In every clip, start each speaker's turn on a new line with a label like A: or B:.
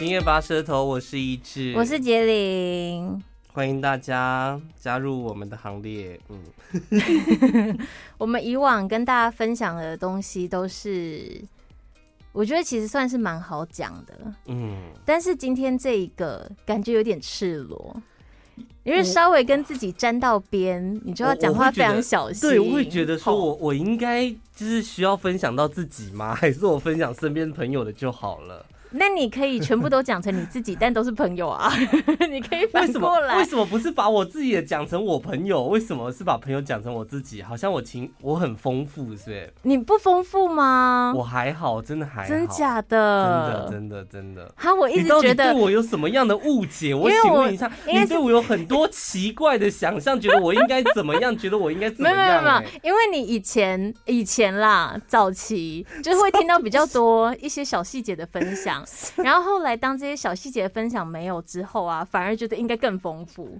A: 夜拔舌头，我是一志，
B: 我是杰林。
A: 欢迎大家加入我们的行列。嗯，
B: 我们以往跟大家分享的东西都是，我觉得其实算是蛮好讲的。
A: 嗯，
B: 但是今天这一个感觉有点赤裸，因为稍微跟自己沾到边，你就要讲话非常小心。
A: 对，我会觉得说我我应该就是需要分享到自己吗？ 还是我分享身边朋友的就好了？
B: 那你可以全部都讲成你 自己，但都是朋友啊， 你可以
A: 为
B: 反
A: 什么
B: 过来。
A: 为什么不是把我自己的讲成我朋友？为什么是把朋友讲成我自己？好像我情我很丰富，是不是？
B: 你不丰富吗？
A: 我还好，真的还好，
B: 嗯真假
A: 真的
B: 的？
A: 真的真的。
B: 哈，我一
A: 你
B: 直
A: 到底
B: 觉得
A: 对我有什么样的误解？我
B: 因为
A: 请
B: 我
A: 问一下，
B: 应该
A: 你
B: 是
A: 对我有很多奇怪的想象，觉得我应该怎么样？觉得我应该怎么
B: 没有没有
A: 样、
B: 没有
A: 哎，
B: 因为你以前以前啦，早 期就是会听到比较多一些小细节的分享，然后后来当这些小细节的分享没有之后啊，反而觉得应该更丰富。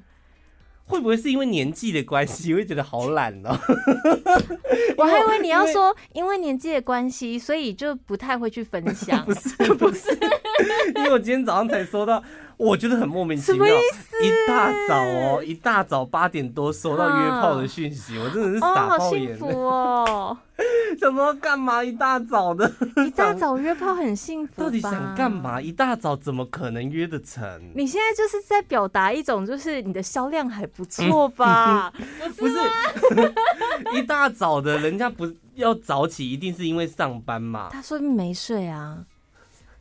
A: 会不会是因为年纪的关系，会觉得好懒哦？
B: 我还以为你要说因为年纪的关系，所以就不太会去分 享。
A: 不是不 是，因为我今天早上才收到，我觉得很莫名其妙，
B: 什么
A: 一大早哦，一大早八点多收到约炮的讯息，我真的是
B: 哦，
A: 傻
B: 好
A: 爆
B: 幸
A: 眼
B: 福
A: 了，
B: 哦！
A: 想说干嘛一大早的？
B: 一大早约炮很幸福吧，
A: 到底想干嘛？一大早怎么可能约得成？
B: 你现在就是在表达一种，就是你的销量还不错 吧？
A: 不是一大早的，人家不要早起，一定是因为上班嘛。
B: 他说没睡啊，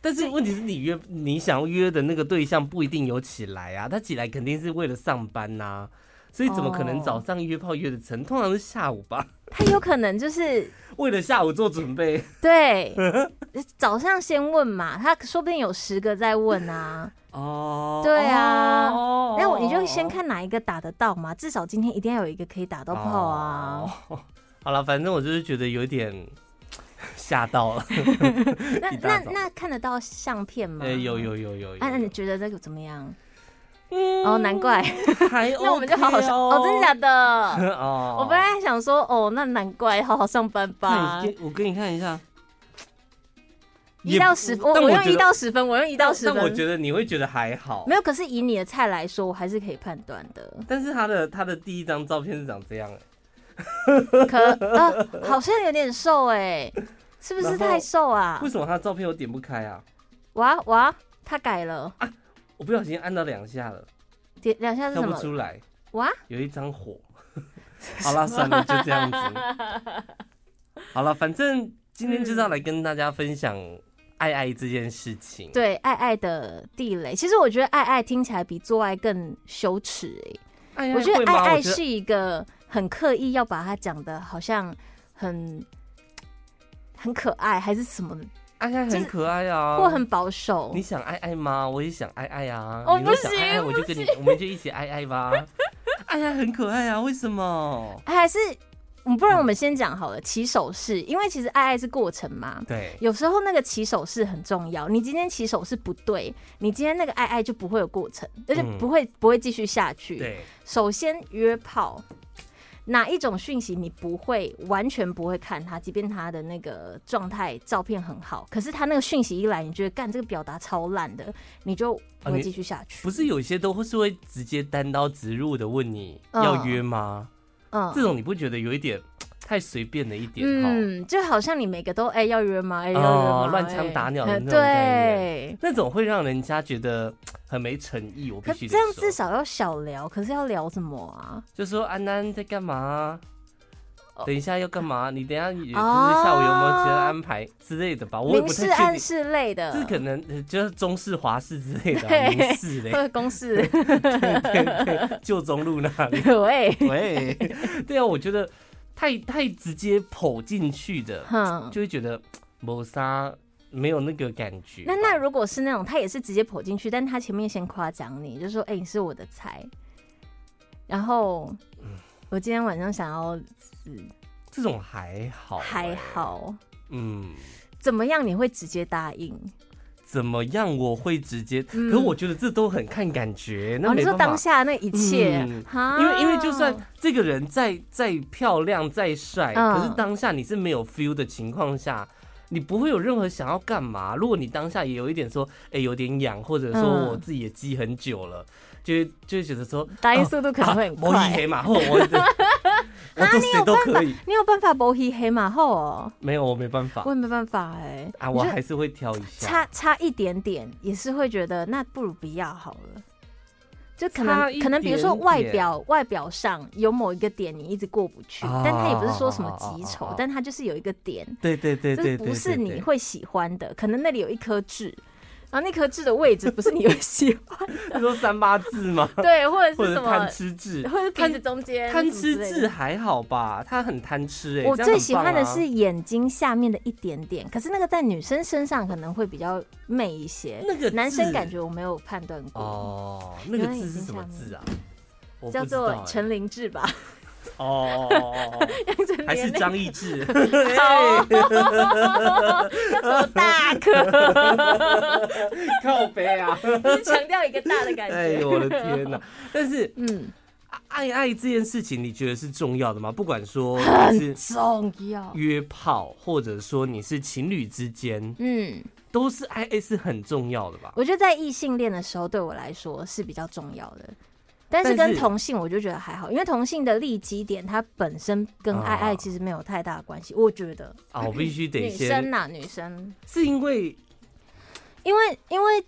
A: 但是问题是你约你想要约的那个对象不一定有起来啊，他起来肯定是为了上班呐、所以怎么可能
B: 哦
A: 早上约炮约得成？通常是下午吧，
B: 他有可能就是
A: 为了下午做准备。
B: 对 早上先问嘛，他说不定有十个在问啊，
A: 哦，
B: 对啊
A: 哦
B: 那我你就先看哪一个打得到嘛，至少今天一定要有一个可以打到炮啊。
A: 哦好了，反正我就是觉得有点 吓到 了。
B: 那
A: 一
B: 那
A: 大早
B: 那看得到相片吗？
A: 呃，有。有有有有，
B: 啊，那你
A: 有
B: 觉得这个怎么样？
A: 嗯
B: 哦，难怪，
A: 还 OK 哦、
B: 那我们就好好上哦，真的假 的？
A: 哦，
B: 我本来想说，哦，那难怪，好好上班吧
A: 那。你给我给你看一下，
B: 一到十分，我
A: 但
B: 我
A: 我
B: 用
A: 觉
B: 一
A: 得
B: 到十分，我用一到十
A: 但我
B: 分。
A: 觉得你会觉得还好
B: 没。有，可是以你的菜来说，我还是可以判断的。
A: 但是他的他的第一张照片是长这样、欸，
B: 啊可呃，好像有点瘦哎、是不是
A: 然后
B: 太瘦啊
A: 为？什么他的照片我点不开啊？
B: 哇哇，他改了，
A: 我不小心按到两下了，
B: 点两下是
A: 跳
B: 什
A: 不
B: 么？
A: 出来，
B: 哇，
A: 有一张 火。好了，算了，就这样子。 好了，反正今天
B: 嗯
A: 就是要来跟大家分享爱爱这件事情。
B: 对，爱爱的地雷。其实我觉得爱爱听起来比做爱更羞耻哎、
A: 爱爱
B: 我觉
A: 会
B: 得
A: 吗
B: 爱爱
A: 我觉得
B: 是一个很刻意要把它讲的，好像很很可爱，还是什么的，
A: 爱爱
B: 就
A: 很
B: 是
A: 可爱啊，
B: 或很保守。
A: 你想爱爱吗？我也想爱爱啊。
B: 哦
A: 你会想爱爱，
B: 不
A: 我就跟你，我们就一起爱爱吧。 爱爱很可爱啊，为什么？
B: 还是，嗯不然我们先讲好了，起手式，因为其实爱爱是过程嘛。
A: 对，
B: 有时候那个起手式很重要，你今天起手式不对，你今天那个爱爱就不会有过程，而且
A: 嗯
B: 不会、不会继续下去。，
A: 对，
B: 首先约炮，哪一种讯息你不会完全不会看他，即便他的那个状态照片很好，可是他那个讯息一来，你觉得干这个表达超烂的，你就不
A: 啊
B: 会
A: 你
B: 继续下去。
A: 不是有些都是会直接单刀直入的问你
B: 嗯
A: 要约吗？
B: 嗯
A: 这啊种你不觉得有一点太随便了一点哈？
B: 嗯，就好像你每个都哎、要约吗？哎、要约
A: 哦
B: 吗？
A: 乱枪打鸟的
B: 哎
A: 那种概
B: 对。
A: 那种会让人家觉得很没诚意，我必
B: 可
A: 须
B: 这样
A: 得
B: 至
A: 说，
B: 少要小聊，可是要聊什么啊？
A: 就说安安在干嘛？
B: 哦
A: 等一下要干嘛？你等一下也就是
B: 哦
A: 下午有没有其他安排之类的吧？我也
B: 明
A: 不
B: 示
A: 太确
B: 暗
A: 定。
B: 示类的，
A: 这可能呃就是中式、华式之类的、啊，
B: 嗯对
A: 明式 嘞，
B: 会公式，
A: 旧中路那里。
B: 喂，
A: 喂， 对啊，我觉得太太直接剖进去的，
B: 哼。
A: 就会觉得某啥没有那个感觉。
B: 那那如果是那种他也是直接剖进去，但他前面先夸奖你，就说：“哎、你是我的菜。”然后
A: 嗯
B: 我今天晚上想要死，
A: 这种还好、哎欸
B: 还，好，
A: 嗯，
B: 怎么样？你会直接答应？
A: 怎么样？我会直接，
B: 嗯
A: 可我觉得这都很看感觉，那
B: 哦，
A: 没
B: 你说
A: 办法。啊
B: 当下那一切
A: 嗯，
B: 哈、
A: 因为因为就算这个人再再漂亮再帅，
B: 啊嗯
A: 可是当下你是没有 feel 的情况下，你不会有任何想要干嘛。如果你当下也有一点说，哎、有点痒，或者说
B: 嗯
A: 我自己也积很久了，就会就会觉得说，
B: 答应速
A: 哦
B: 度可能会很
A: 我以
B: 快。
A: 黑马后，我 我做谁都可以。
B: 你有办法博黑黑马后哦？
A: 没有，我没办法
B: 我也没办法哎、
A: 啊，我
B: 你就
A: 还是会挑一下。
B: 差差一点点，也是会觉得那不如不要好了。就可
A: 差一
B: 能可能比如说
A: 点点
B: 外表外表上有某一个点你一直过不去，
A: 啊
B: 但他也不是说什么极
A: 啊啊啊
B: 丑
A: 啊，
B: 但他就是有一个点，
A: 对对对
B: 就是
A: 对对，
B: 不是
A: 对
B: 你
A: 对
B: 会喜欢的，可能那里有一颗痣，然后那颗痣的位置不是你会喜欢，
A: 你说三八痣吗？
B: 对，或者
A: 或者
B: 是什
A: 是
B: 么
A: 贪，吃痣？
B: 或者是鼻子中间
A: 贪
B: 什么
A: 吃
B: 之类的
A: 痣还好吧，他很贪吃哎、
B: 我
A: 这样
B: 最
A: 很
B: 喜欢的
A: 棒啊
B: 是眼睛下面的一点点，可是那个在女生身上可能会比较媚一些，
A: 那个
B: 男生感
A: 觉
B: 觉我没有判断过。
A: 哦，那个
B: 有点
A: 痣是
B: 印
A: 什么
B: 象
A: 痣啊？我
B: 叫
A: 不知
B: 做
A: 道欸
B: 陈林志 吧，
A: 哦哦哦 哦，
B: 杨丞琳
A: 还是
B: 那
A: 张易 志？哎
B: 多大 颗，
A: 靠背啊！
B: 就是强调一个大的感
A: 哎
B: 觉。
A: 呦我的天 哪！但是
B: 嗯，
A: 爱爱这件事情，你觉得是重要的吗？不管说你是
B: 重要。
A: 约炮，或者说你是情侣之间，
B: 嗯，
A: 都是爱爱是很重要的吧？
B: 我觉得在异性恋的时候，对我来说是比较重要的。但是
A: 但
B: 跟
A: 是
B: 同性，我就觉得还好，因为同性的利基点，它本身跟
A: 啊
B: 爱爱其实没有太大的关系。我觉得
A: 啊，我必须得
B: 女
A: 先
B: 生，啊呐、女生
A: 是因为
B: 因为因为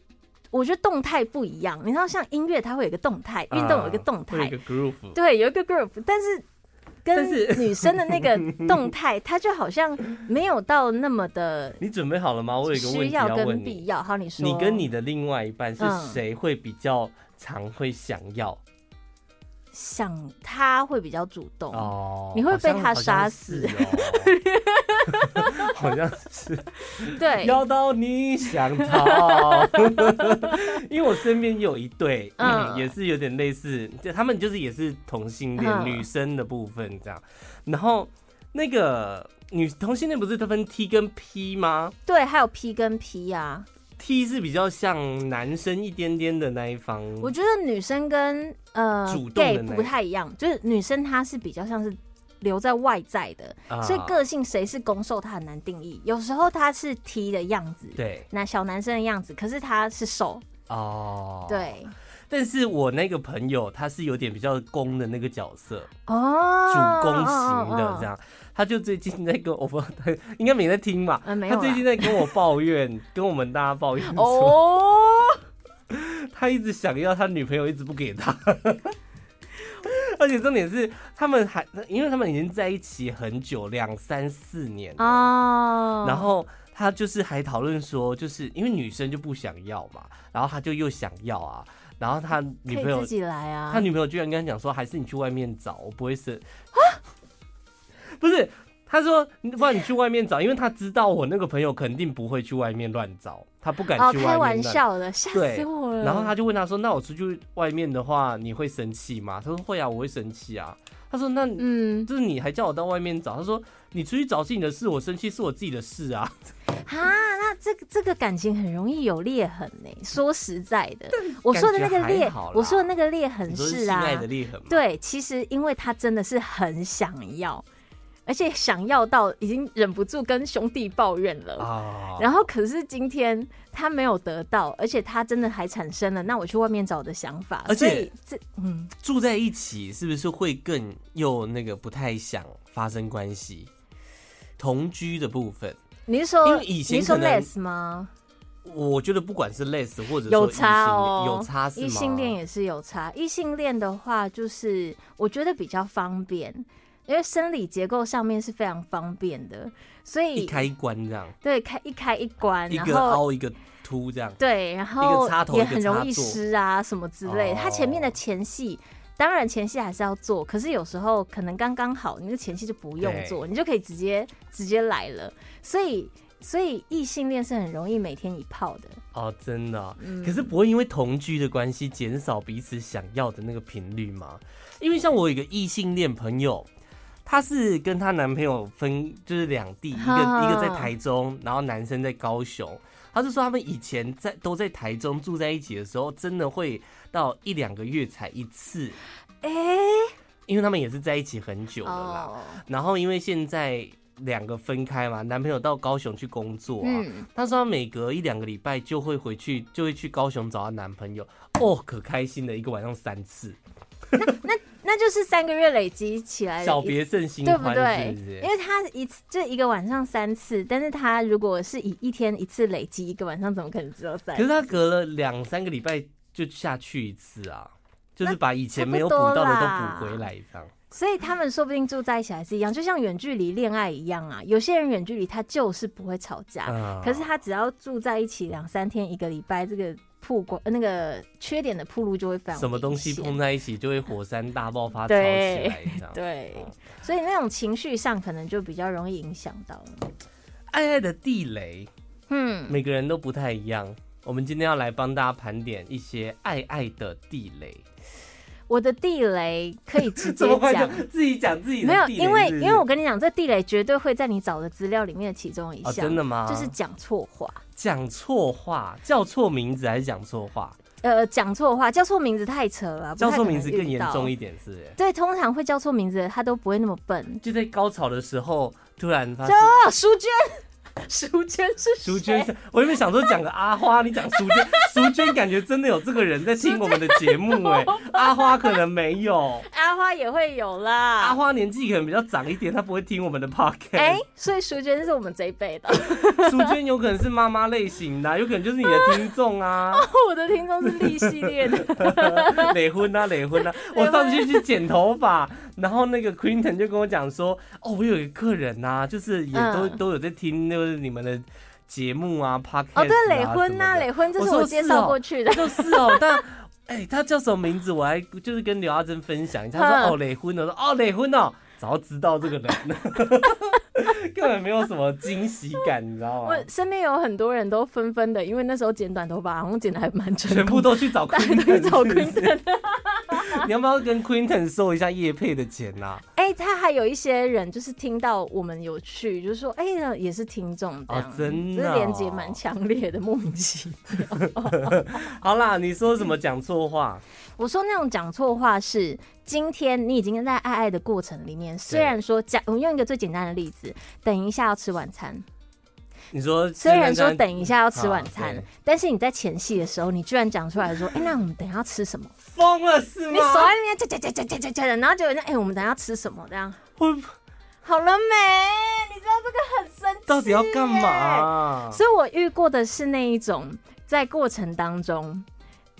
B: 我觉得动态不一样，你知道，像音乐它会有一个动态，运动有一个动
A: 啊会
B: 态，
A: 有一个 groove。
B: 对，有一个 group，但是
A: 但
B: 跟
A: 是
B: 女生的那个 动态，它就好像没有到那么的
A: 你准备好了吗？我有一个问
B: 需
A: 题
B: 要
A: 要
B: 跟
A: 问
B: 必
A: 你，
B: 要。好，你说，
A: 你跟你的另外一半是
B: 嗯
A: 谁会比较常会想要？
B: 想他会比较主动，
A: 哦
B: 你会被
A: 好像
B: 他
A: 好像
B: 杀
A: 是哦， 好像是
B: 对，
A: 要到你想 逃，因为我身边有一对，嗯，
B: 嗯
A: 也是有点类似，就他们就是也是同性恋，
B: 嗯
A: 女生的部分这样，然后那个女同性恋不是它分 T 跟 P 吗
B: 对，还有 P 跟 P 呀、
A: ？T 是比较像男生一点点的那一方，
B: 我觉得女生跟呃
A: 主动的
B: gay
A: 那一
B: 不太一样，就是女生她是比较像是留在外在的，
A: 啊
B: 所以个性谁是攻受，他很难定义。有时候他是 T 的样子，
A: 对
B: 那小男生的样子，可是他是瘦，
A: 哦，，
B: 对，
A: 但是我那个朋友他是有点比较攻的那个角色，
B: 哦，
A: 主攻型的这
B: 样，
A: 样。他就最近在跟我不，他应该没在听吧？
B: 嗯没有
A: 他
B: 啦
A: 最近在跟我抱 怨，跟我们大家抱怨说，
B: 哦，
A: 他一直想要他女朋友，一直不给他。 而且重点是，他们还因为他们已经在一起很久，两三四年了
B: 哦，
A: 然后他就是还讨论说，就是因为女生就不想要嘛，然后他就又想要啊，然后他女
B: 可
A: 朋
B: 以
A: 友
B: 自己来啊，
A: 他女朋友居然跟他讲说，还是你去外面找，我不会生。不是，他说，不然你去外面找，因为他知道我那个朋友肯定不会去外面乱找，他不敢
B: 哦，
A: 去
B: 开
A: 外
B: 玩
A: 面乱。
B: 笑的，吓死
A: 对
B: 我了。
A: 然后他就问他说：“那我出去外面的话，你会生气吗？”他说：“会啊，我会生气啊。”他说：“那
B: 嗯，
A: 就是你还叫我到外面找？”他说：“你出去找是你的事，我生气是我自己的事啊。
B: 哈，那这个这个感情很容易有裂痕呢、说实在的，我说的那个
A: 感觉
B: 裂
A: 还好啦，
B: 我说的那个裂”痕
A: 你说是
B: 是
A: 性
B: 啊，
A: 爱的裂痕吗？
B: 对，其实因为他真的是很想要，而且想要到已经忍不住跟兄弟抱怨了。
A: 啊，
B: 然后可是今天他没有得到，而且他真的还产生了那我去外面找的想法。
A: 而且
B: 所以这嗯，
A: 住在一起是不是会更又那个不太想发生关系？同居的部分，
B: 你是说
A: 因为以前
B: 你是说
A: 可能
B: less 吗？
A: 我觉得不管是类似或者说
B: 有差
A: 异性
B: 哦，
A: 恋有差是吗？
B: 异性恋也是有差。异性恋的话，就是我觉得比较方便，因为生理结构上面是非常方便的，所
A: 一
B: 以
A: 开一关这样，
B: 对开一开一关，
A: 一
B: 然
A: 个
B: 后
A: 凹一个凸这样。
B: 对，然
A: 一
B: 后
A: 个插头
B: 也
A: 一个
B: 很容易
A: 插座哦
B: 湿啊什么之类的。它前面的前戏，当然前戏还是要做，可是有时候可能刚刚好，你的前戏就不用做，你就可以直接直接来了。所以所以异性恋是很容易每天一泡的。
A: 哦，真的啊、
B: 嗯
A: 可是不会因为同居的关系减少彼此想要的那个频率吗？因为像我有一个异性恋朋友，她是跟她男朋友分就是两地，一个
B: 哈
A: 一个在台中，然后男生在高雄。她就说他们以前在都在台中住在一起的时候，真的会到一两个月才一次，
B: 哎、
A: 因为他们也是在一起很久了啦。
B: 哦，
A: 然后因为现在两个分开嘛，男朋友到高雄去工作啊，
B: 嗯，
A: 她说她每隔一两个礼拜就会回去，就会去高雄找她男朋友，哦，可开心了，一个晚上三次，
B: 那就是三个月累积起来的
A: 小
B: 一
A: 别胜新
B: 哎对不
A: 欢，
B: 对？
A: 是不是
B: 因？为他一次就一个晚上三次，但是他如果是以一天一次累积，一个晚上怎么可能只有三
A: 可？是她隔了两三个礼拜就下去一次啊，就是把以前没有补
B: 差
A: 到
B: 不多
A: 的都
B: 啦
A: 补回来，这样。
B: 所以他们说不定住在一起还是一样，就像远距离恋爱一样啊。有些人远距离他就是不会吵架，
A: 啊
B: 可是他只要住在一起两三天、一个礼拜，这个曝光呃那个缺点的铺路就会非常
A: 什么东西
B: 明显
A: 碰在一起就会火山大爆发，吵起
B: 对
A: 来这样。
B: 对，
A: 哦
B: 所以那种情绪上可能就比较容易影响到了。
A: 爱爱的地雷，
B: 嗯，
A: 每个人都不太一样。我们今天要来帮大家盘点一些爱爱的地雷。
B: 我的地雷可 以直接
A: 这么快
B: 讲，
A: 就自己讲自己的
B: 没有，
A: 地雷
B: 因为
A: 是不是
B: 因为我跟你讲，这地雷绝对会在你找的资料里面的其中一项、
A: 哦真的吗
B: 就是讲错话，
A: 讲错话，叫错名字还是讲错话？
B: 呃，讲错话，叫错名字太扯了，
A: 叫错名字更严重
B: 一
A: 一点是不是？
B: 对，通常会叫错名字的，他都不会那么笨。
A: 就在高潮的时候，突然发
B: 就
A: 现
B: 淑娟， 淑娟是谁
A: 淑娟，是，我原本想说讲个阿花，你讲淑 娟，淑娟感觉真的有这个人在听我们的节目哎、阿花可能没有，
B: 阿花也会有啦。
A: 阿，花年纪可能比较长一点，她不会听我们的 podcast。
B: 哎、所以淑娟是我们这一辈的。
A: 淑娟有可能是妈妈类型的啊、有可能就是你的听众 啊，
B: 我的听众是丽系 列的，
A: 累婚啊，累 婚啊！我上次去剪头发，然后那个 Quinton 就跟我讲说，哦，我有一个客人呐、就是也都、
B: 嗯
A: 都有在听，就是你们的节目啊，podcast 啊
B: 哦，对，磊婚
A: 呐、
B: 啊呐、磊婚，这
A: 我
B: 是
A: 说
B: 我
A: 是
B: 介绍
A: 哦
B: 过去的。
A: 就是哦， 但。哎、他叫什么名字？我还就是跟刘阿珍分享一下，他说
B: 嗯
A: 哦，累婚了，我说哦，累婚哦，早知道这个人， 根本没有什么惊喜感，你知道吗
B: 我？身边有很多人都纷纷的，因为那时候剪短头发，好像剪的还蛮成功的
A: 全部都去找
B: 大家都
A: Quinton，
B: 找
A: 是不是
B: Quinton。
A: 你要不要跟 Quinton 收一下叶配的钱啊呐、
B: 哎、他还有一些人就是听到我们有去，就是说，哎、呀，也是听众这样，
A: 哦真的
B: 这
A: 哦
B: 连接蛮强烈的，莫名其妙。
A: 好啦，你说什么讲错话？
B: 我说那种讲错话是，今天你已经在爱爱的过程里面，虽然说讲，我用一个最简单的例子，等一下要吃晚餐，
A: 你说
B: 虽然说
A: 现在
B: 等一下要吃晚
A: 啊
B: 餐
A: 对，
B: 但是你在前戏的时候，你居然讲出来说，哎、那我们等一下要吃什么？
A: 疯了是
B: 你手
A: 吗？
B: 在那边夹夹夹夹夹夹夹的，然后就有人哎、我们等一下要吃什么？这样
A: 会
B: 好了没？你知道这个很生气，
A: 到底要干嘛、？啊？
B: 所以我遇过的是那一种，在过程当中，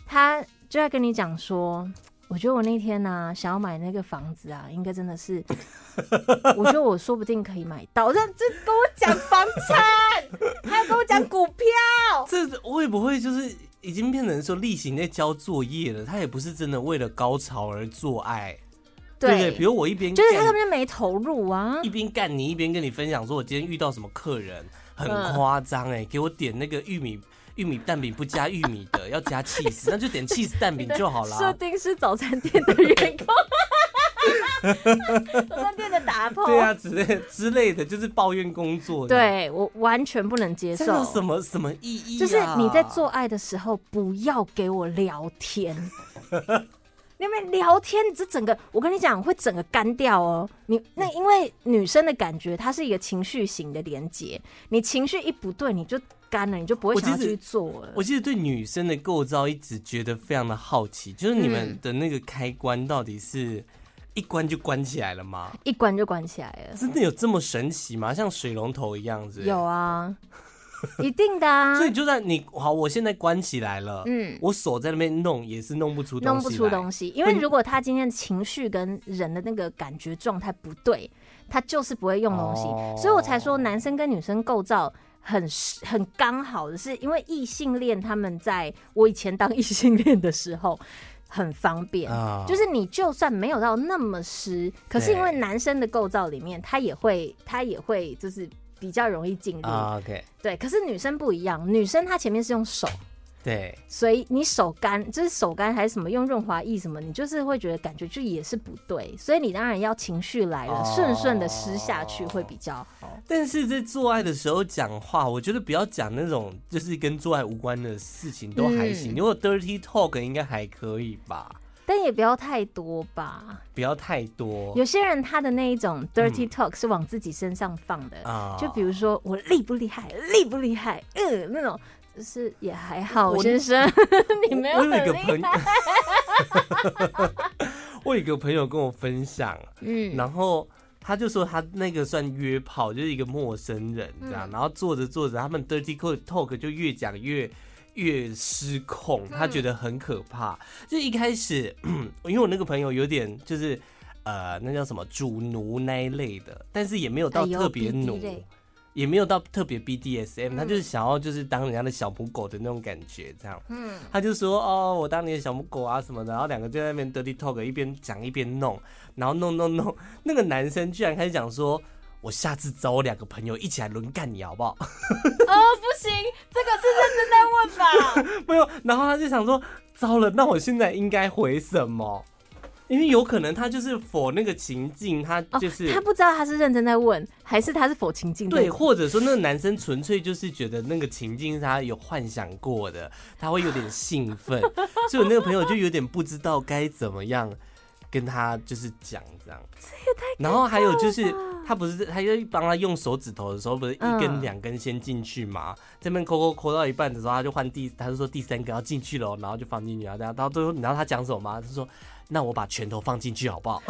B: 他就在跟你讲说，我觉得我那天呢、想要买那个房子啊，应该真 的是，我觉得我说不定可以买到。这这跟我讲房 产，还要跟我讲股票，
A: 这会不会就是已经变成说例行在交作业了？他也不是真的为了高潮而做爱，不对？比如我一边
B: 就是他
A: 干
B: 根本就没投入啊
A: 一。边干你，一边跟你分享说我今天遇到什么客人，很
B: 嗯
A: 夸张哎，给我点那个玉米玉米蛋饼不加玉米的，要加 cheese，那就点 cheese 蛋饼就 好
B: 设
A: 啦。
B: 定是早餐店的 员工，早餐店的打破。
A: 对啊，之类之类的，就是抱怨工作。，
B: 哦对我完全不能接
A: 这
B: 受。
A: 有什么什么意义、啊？
B: 就是你在做爱的时候，不要给我聊 天。因为聊天，你这整个，我跟你讲，会整个干掉哦。你那因为女生的感觉，它是一个情绪型的连接，你情绪一不对，你就干了，你就不会
A: 我其
B: 想
A: 实
B: 要继续做了。
A: 我其实对女生的构造一直觉得非常的好奇，就是你
B: 嗯
A: 们的那个开关到底是一关就关起来了吗？
B: 一关就关起来了。
A: 真的有这么神奇吗？像水龙头一样子？
B: 有。啊，一定 的啊
A: 所，以就算你好，我现在关起来了，
B: 嗯
A: 我手在那边弄也是弄不出东西嗯
B: 弄不出
A: 西。
B: 东西。因为如果他今天情绪跟人的那个感觉状态不对，他就是不会用东西，
A: 哦
B: 所以我才说男生跟女生构造。很是很刚好的是，因为异性恋他们在我以前当异性恋的时候很方便，
A: 啊
B: 就是你就算没有到那么湿，可是因为男生的构造里面，他也会他也会就是比较容易进入，
A: 啊，OK，
B: 对。可是女生不一样，女生她前面是用手，
A: 对，
B: 所以你手干，就是手干还是什么用润滑液什么，你就是会觉得感觉就也是不对，所以你当然要情绪来了，
A: 哦
B: 顺顺的湿下去会比较好。
A: 但是在做爱的时候讲话，我觉得不要讲那种就是跟做爱无关的事情都还行。
B: 嗯
A: 如果 dirty talk 应该还可以吧？
B: 但但也不要太多吧。
A: 不要太多
B: 有些人他的那一种 dirty talk 是往自己身上放的，
A: 嗯啊
B: 就比如说我厉不厉害，厉不厉害，嗯，那种就是也还好，
A: 我
B: 先生，你没有
A: 我我有一
B: 很
A: 个朋
B: 厉害，
A: 我有一个朋友跟我分享，
B: 嗯，
A: 然后他就说他那个算约炮，就是一个陌生人这
B: 嗯
A: 样，然后做着做着，他们 dirty co- talk 就越讲越。越失控，
B: 嗯
A: 他觉得很可怕。就一开始， 因为我那个朋友有点就是，呃，那叫什么主奴那一类的，但是也没有到
B: 哎呦
A: 特别
B: BD
A: 奴，
B: 类
A: 也没有到特别 BDSM，、他
B: 嗯
A: 就是想要就是当人家的小母狗的那种感觉，这样。
B: 嗯，
A: 他就说哦，我当你的小母狗啊什么的，然后两个就在那边 dirty talk，一边讲一边弄，然后弄弄弄，那个男生居然开始讲说。我下次找我两个朋友一起来轮干你好不好？
B: 哦，不行，这个是认真在问吧？
A: 没有，然后他就想说，糟了，那我现在应该回什么？因为有可能他就是否那个情境，他
B: 哦，
A: 就是、
B: 他不知道他是认真在问，还是他是否情境在
A: 对，
B: 问
A: 或者说那个男生纯粹就是觉得那个情境是他有幻想过的，他会有点兴奋，所以我那个朋友就有点不知道该怎么样跟他就是讲这样。然后还有就是，他不是他就帮他用手指头的时候，不是一根
B: 嗯
A: 两根先进去嘛？这边抠抠抠到一半的时候，他就换第，他就说第三个要进去了，然后就放进去啊。然后到最后，你知道他讲什么吗？他说：“那我把拳头放进去好不好？”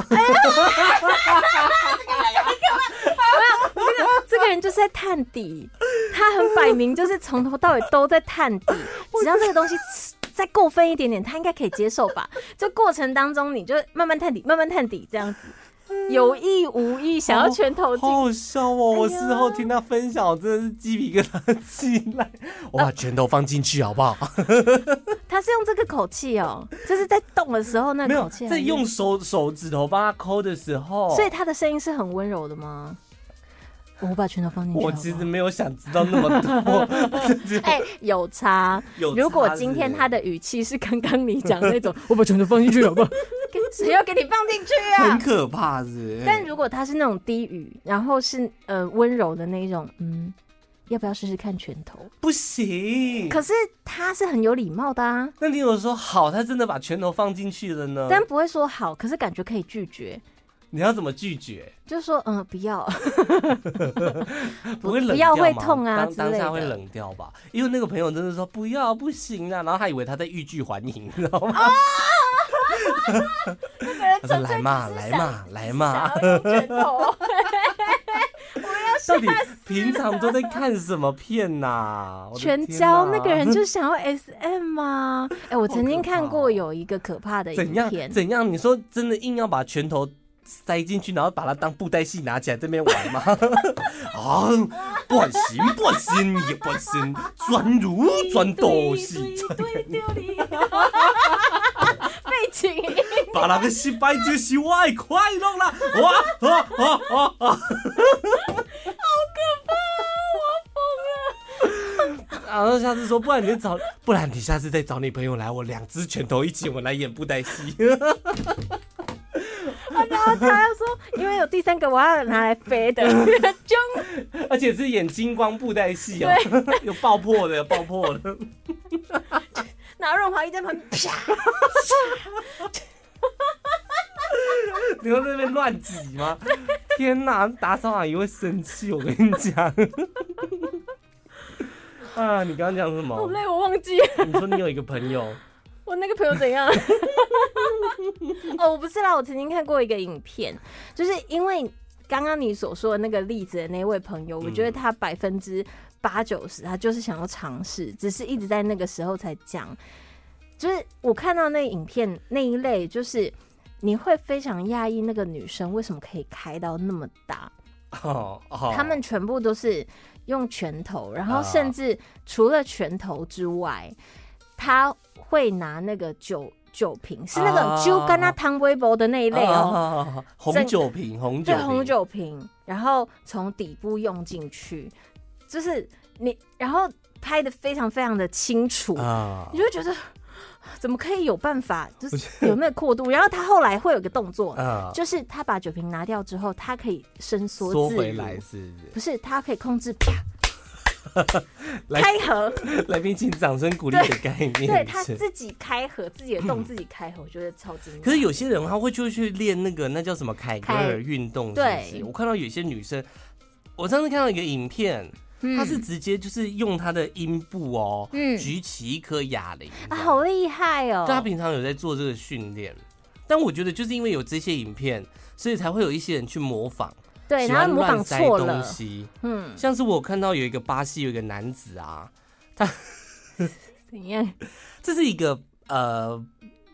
B: 这个人就是在探底，他很摆明就是从头到尾都在探 底，只要这个东西再过分一点点，他应该可以接受吧？这过程当中，你就慢慢探底，慢慢探底这样子，有意无意想要拳头进
A: 好好笑哦！我
B: 哎呀
A: 事后听他分享，我真的是鸡皮疙瘩起来。
B: 啊
A: 我把拳头放进去好不好？
B: 他是用这个口气哦，就是在动的时候那
A: 没
B: 个
A: 有
B: 口气，，
A: 在用。哦手手指头帮他抠的时候，
B: 所以他的声音是很温柔的吗？我把拳头放进去好不
A: 我
B: 好。
A: 其实没有想知道那么多。 只有
B: 哎、有差。
A: 有差
B: 如果今天他
A: 是
B: 的语气是刚刚你讲的那种， 我把拳头放进去好不好？给谁要给你放进去
A: 不是很
B: 啊？
A: 可怕是不是，
B: 但如果他是那种低语，然后是呃温柔的那一种，嗯，要不要试试看拳头？
A: 不行。
B: 嗯可是他是很有礼貌的啊，
A: 那你有说好，他真的把拳头放进去了呢？
B: 但不会说好，可是感觉可以拒绝，
A: 你要怎么拒绝？
B: 就说嗯、不要，
A: 不会冷
B: 不要
A: 掉
B: 会
A: 吗
B: 痛啊
A: 当
B: 之
A: 当
B: 类
A: 下
B: 的
A: 会冷掉吧？因为那个朋友真的说不要不行啊，然后他以为他在欲拒还迎，你知道吗？他说来嘛来 嘛来嘛，
B: 想要用拳头。
A: 到底平常都在看什么片呐、我的
B: 全
A: 天哪
B: 交那个人就想要 SM 啊！哎、我曾经看过有一个可怕的影
A: 怎样
B: 片，
A: 怎样？你说真的硬要把拳头塞进去，然后把它当布袋戏拿起来这边玩吗？ 啊，不行不行也不行，转如转斗戏，
B: 对对对， 背景音 啊
A: 把那个失败就是我的快乐啦！哇啊啊啊 啊！然后啊下次说，不然你就找，不然你下次再找你朋友来，我两只拳头一起，我来演布袋戏。
B: 啊然后他说，因为有第三个，我要拿来飞的，就
A: 而且是演金光布袋戏哦，有爆破的，有爆破的。
B: 拿润滑液在旁边啪，
A: 你会在那边乱挤吗？天哪，打扫阿姨会生气，我跟你讲。啊，你刚刚讲什
B: 好
A: 么？
B: 累，我忘记
A: 你说你有一个朋友，
B: 我那个朋友怎样。哦，我不是啦，我曾经看过一个影片，就是因为刚刚你所说的那个例子的那位朋友，我觉得他百分之八九十，他就是想要尝试，只是一直在那个时候才讲。就是我看到那影片那一类，就是你会非常讶异那个女生为什么可以开到那么大，
A: 哦哦，
B: 他们全部都是用拳头，然后
A: 啊
B: 甚至除了拳头之外，他会拿那个酒酒瓶，是那
A: 啊
B: 种酒跟他汤微博的那一类哦，
A: 哦，红酒瓶，红酒
B: 对，
A: 瓶，
B: 红酒瓶，然后从底部用进去，就是你，然后拍的非常非常的清楚，
A: 啊
B: 你就会觉得怎么可以有办法，就是有那个阔度，然后他后来会有一个动作。
A: 啊，
B: 就是他把酒瓶拿掉之后，他可以伸缩
A: 缩
B: 自
A: 回
B: 如
A: 来是不是？
B: 不是，他可以控制啪
A: 来
B: 开合，
A: 来宾请掌声鼓励的概念是。
B: 对他自己开合，自己的洞自己开合，我觉得超惊讶。
A: 可是有些人他会就去练那个那叫什么凯格尔运动，是
B: 凯
A: 不
B: 对
A: 是？我看到有些女生，我上次看到一个影片，
B: 嗯
A: 她是直接就是用她的阴部哦，
B: 嗯
A: 举起一颗哑铃
B: 啊，好厉害哦！
A: 就他平常有在做这个训练，但我觉得就是因为有这些影片，所以才会有一些人去模仿，
B: 对，
A: 喜
B: 然
A: 欢
B: 后模
A: 乱
B: 仿
A: 塞
B: 错
A: 东
B: 了，
A: 西。
B: 嗯，
A: 像是我看到有一个巴西有一个男子啊，
B: 怎样？
A: 这是一个呃，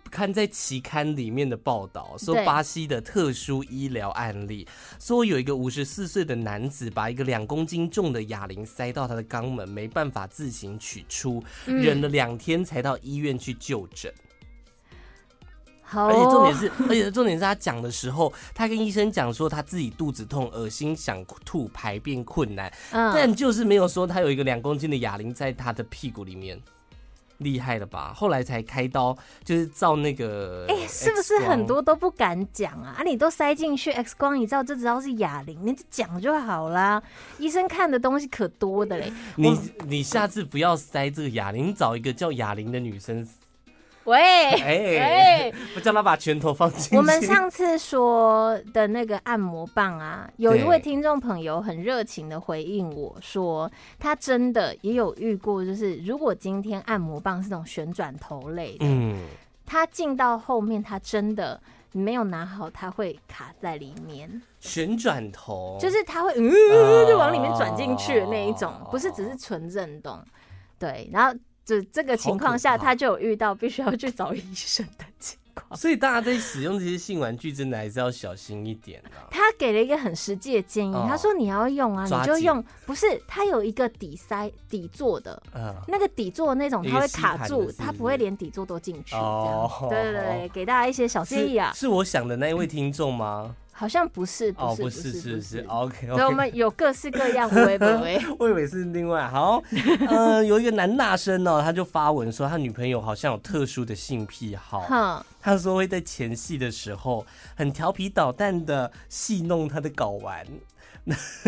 A: 看在期刊里面的报道，说
B: 对
A: 巴西的特殊医疗案例，说有一个五十四岁的男子把一个两公斤重的哑铃塞到他的肛门，没办法自行取出，
B: 嗯
A: 忍了两天才到医院去就诊。
B: 好
A: 而且重点
B: 哦，
A: 是，而且重点是他讲的时候，他跟医生讲说他自己肚子痛、恶心、想吐、排便困难，
B: 嗯，
A: 但就是没有说他有一个两公斤的哑铃在他的屁股里面，厉害了吧？后来才开刀，就是照那个 X
B: 哎
A: 光，，
B: 是不是很多都不敢讲啊？啊，你都塞进去 X 光一照就知道是哑铃，你就讲就好啦。医生看的东西可多的嘞。
A: 你你下次不要塞这个哑铃，你找一个叫哑铃的女生，
B: 喂，
A: 哎、
B: 哎，
A: 不叫她把拳头放进去。
B: 我 们上次说的那个按摩棒啊，有一
A: 对
B: 位听众朋友很热情的回应我说，他真的也有遇过，就是如果今天按摩棒是那种旋转头类的，
A: 嗯，
B: 他进到后面，他真的没有拿好，他会卡在里面，
A: 旋转头
B: 就是他会嗯、
A: 哦
B: 就往里面转进去的那一种，不是只是纯震动。对，然后就这个情况
A: 好
B: 下，
A: 可怕
B: 他就有遇到必须要去找医生的情况。
A: 所以大家在使用这些性玩具，真的还是要小心一点啊。
B: 他给了一个很实际的建议，
A: 哦
B: 他说你要用啊，
A: 抓
B: 你
A: 紧
B: 就用，不是它有一个底塞底座的。
A: 嗯，
B: 那个底座那种，
A: 一个
B: 它会
A: 吸盘
B: 卡
A: 的
B: 住
A: 是，不
B: 它
A: 是
B: 不会连底座都进去。这样
A: 哦，
B: 对对对，给大家一些小建议啊
A: 是，是我想的那一位听众吗？
B: 好像不是，
A: 哦，
B: 是，不
A: 是，
B: 不
A: 是
B: 是
A: 是。，OK
B: 所以我
A: OK。
B: 们有各式各样微博哎，
A: 我以为是另外好，呃，有一个男大生哦，他就发文说他女朋友好像有特殊的性癖好，
B: 哼，
A: 他说会在前戏的时候很调皮捣蛋的戏弄他的睾丸，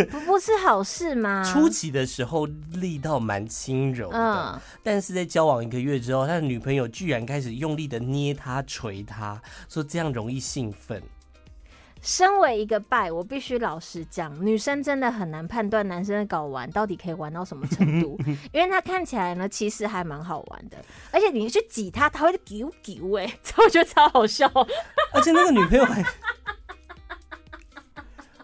B: 不不是好事吗？
A: 初期的时候力道蛮轻柔的
B: 嗯，
A: 但是在交往一个月之后，他的女朋友居然开始用力的捏他、捶他，说这样容易兴奋。
B: 身为一个拜，我必须老实讲，女生真的很难判断男生的睾丸到底可以玩到什么程 度，因为他看起来呢，其实还蛮好玩的，而且你去挤他，他会啾啾哎， 这我觉得超好笑。
A: 而且那个女朋友 还，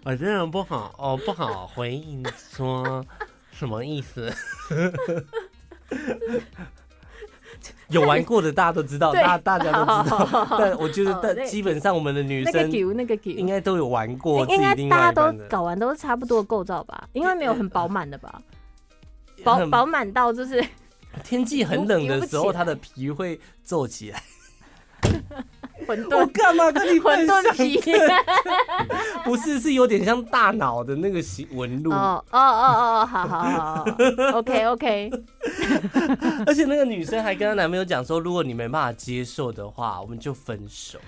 A: 我真的哎不好哦，不好回应说什么意思。有玩过的大家都知道，
B: 对
A: 大大家都知
B: 好
A: 道
B: 好。好
A: 但我觉得
B: 好，那
A: 但基本上我们的女
B: 那个
A: 生
B: 啾那个啾，
A: 应该都有玩过自
B: 应
A: 己
B: 该
A: 另外
B: 大家
A: 一
B: 都
A: 半的，
B: 睾丸都是差不多的构造吧，因为没有 很饱满的吧，饱
A: 很
B: 饱满到就是
A: 天气很冷的时
B: 游
A: 候，
B: 不起
A: 她
B: 来
A: 的皮会皱起来。
B: 混
A: 我
B: 沌
A: 干嘛跟你
B: 混
A: 分享
B: 沌？皮。
A: 不是，是有点像大脑的那个形纹路。
B: 哦哦哦哦，好好好，OK OK，
A: 而且那个女生还跟她男朋友讲说，如果你没办法接受的话，我们就分手。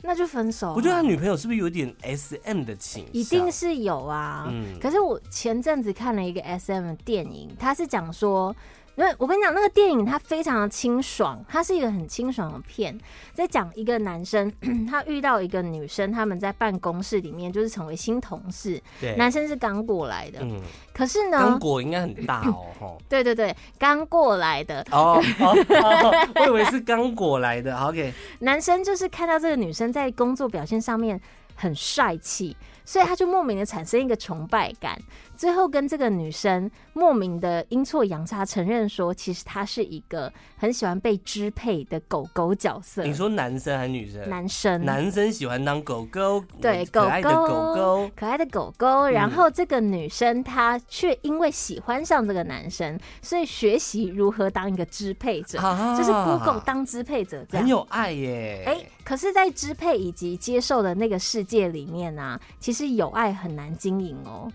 B: 那就分手啊。
A: 我觉得她女朋友是不是有点 S M 的倾向？
B: 一定是有啊。
A: 嗯
B: 可是我前阵子看了一个 S M 电影，它是讲说。那我跟你讲，那个电影它非常的清爽，它是一个很清爽的片，在讲一个男生 他遇到一个女生，他们在办公室里面就是成为新同事，
A: 对，
B: 男生是刚过来的，
A: 嗯，
B: 可是
A: 刚
B: 呢，
A: 果应该很大哦， 吼。
B: 对对对，刚过来的
A: 哦哦哦，我以为是刚果来的。好 OK，
B: 男生就是看到这个女生在工作表现上面很帅气，所以他就莫名的产生一个崇拜感，最后跟这个女生莫名的阴错阳差承认说，其实他是一个很喜欢被支配的狗狗角色，
A: 你说男生还是女生？
B: 男生。
A: 男生喜欢当狗狗，
B: 对
A: 可爱的狗狗，
B: 可爱的狗狗，然后这个女生她却因为喜欢上这个男生，所以学习如何当一个支配者，
A: 啊
B: 就是 Google 当支配者这样
A: 很。有爱耶。
B: 哎、可是，在支配以及接受的那个世界里面啊，其实有爱很难经营哦。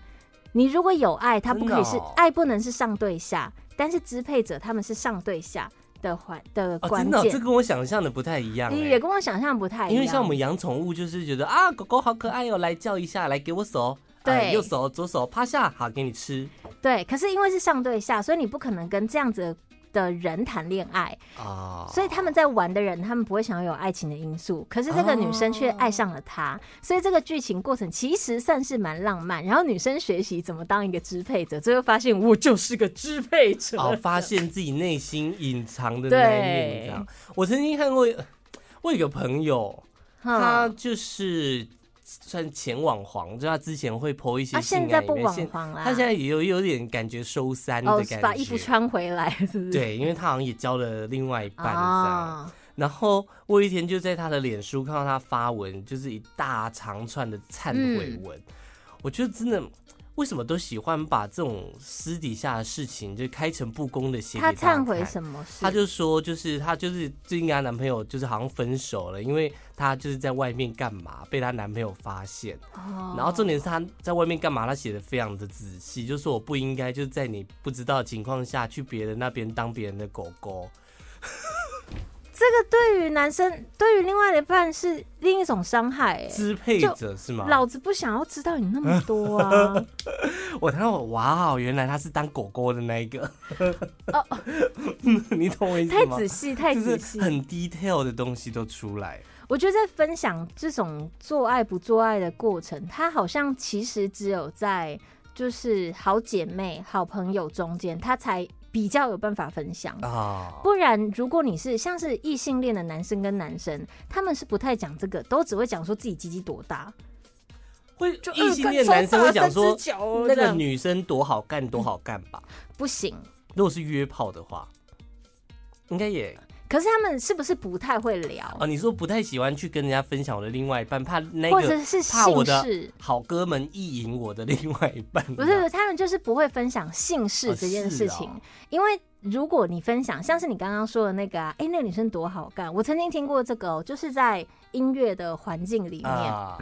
B: 你如果有爱，它不可以是、
A: 真的哦
B: 爱，不能是上对下，但是支配者他们是上对下的环的
A: 哦，
B: 关
A: 真的哦，
B: 键
A: 这，跟我想象的不太一样。
B: 也
A: 哎
B: 也跟我想象不太一样。
A: 因为像我们养宠物，就是觉得啊，狗狗好可爱哦，来叫一下，来给我手，
B: 对
A: 哎右手、左手趴下，好给你吃。
B: 对，可是因为是上对下，所以你不可能跟这样子的人谈恋爱，
A: 啊，
B: 所以他们在玩的人，他们不会想要有爱情的因素。可是这个女生却爱上了他，所以这个剧情过程其实算是蛮浪漫。然后女生学习怎么当一个支配者，最后发现我就是个支配者。
A: 哦，发现自己内心隐藏的那一面，
B: 对
A: 这样。我曾经看过，我有一个朋友，
B: 哼
A: 他
B: 啊
A: 就是算前网黄，就他之前会 po 一些
B: 啊，
A: 性
B: 现
A: 爱
B: 在
A: 里
B: 不
A: 面
B: 网
A: 现
B: 黄啦，
A: 他现在也有有点感觉收山的
B: 哦
A: 感觉，
B: 把衣服穿回来，是不是？
A: 对，因为他好像也交了另外一半这样。
B: 啊，
A: 然后我有一天就在他的脸书看到他发文，就是一大长串的忏悔
B: 嗯
A: 文。我觉得真的，为什么都喜欢把这种私底下的事情就开诚布公的写给大
B: 他
A: 家
B: 忏悔
A: 看
B: 什么事？
A: 她就说，就是她就是最近跟她男朋友就是好像分手了，因为她就是在外面干嘛被她男朋友发现，
B: 哦，
A: 然后重点是她在外面干嘛，她写的非常的仔细，就说我不应该就是在你不知道的情况下去别人那边当别人的狗狗，
B: 这个对于男生，对于另外一半是另一种伤害、欸。
A: 支配者是吗？
B: 老子不想要知道你那么多 啊！
A: 我看到我哇哦，原来他是当狗狗的那一个，
B: 哦
A: 你懂我意思
B: 太
A: 吗？
B: 仔细，太
A: 就是
B: 仔细。
A: 很 detail 的东西都出来，
B: 我觉得在分享这种做爱不做爱的过程，它好像其实只有在就是好姐妹、好朋友中间，它才比较有办法分享。
A: 啊、
B: 不然，如果你是像是异性恋的男生跟男生，他们是不太讲这个，都只会讲说自己鸡鸡多大，
A: 会
B: 就呃
A: 异性恋男生会讲说那
B: 那
A: 个
B: 个
A: 女生多好干多好干吧。
B: 不行。
A: 如果是约炮的话，应该也
B: 可是他们是不是不太会聊，
A: 哦。你说不太喜欢去跟人家分享我的另外一半，怕那
B: 或
A: 个
B: 者是
A: 怕我
B: 姓
A: 的
B: 氏？
A: 好哥们意淫我的另外一半。
B: 不是，他们就是不会分享姓氏这件事情，
A: 啊哦是哦
B: 因为如果你分享，像是你刚刚说的那个、啊，哎、那个女生多好干，我曾经听过这个、哦，就是在音乐的环境里面，
A: 啊，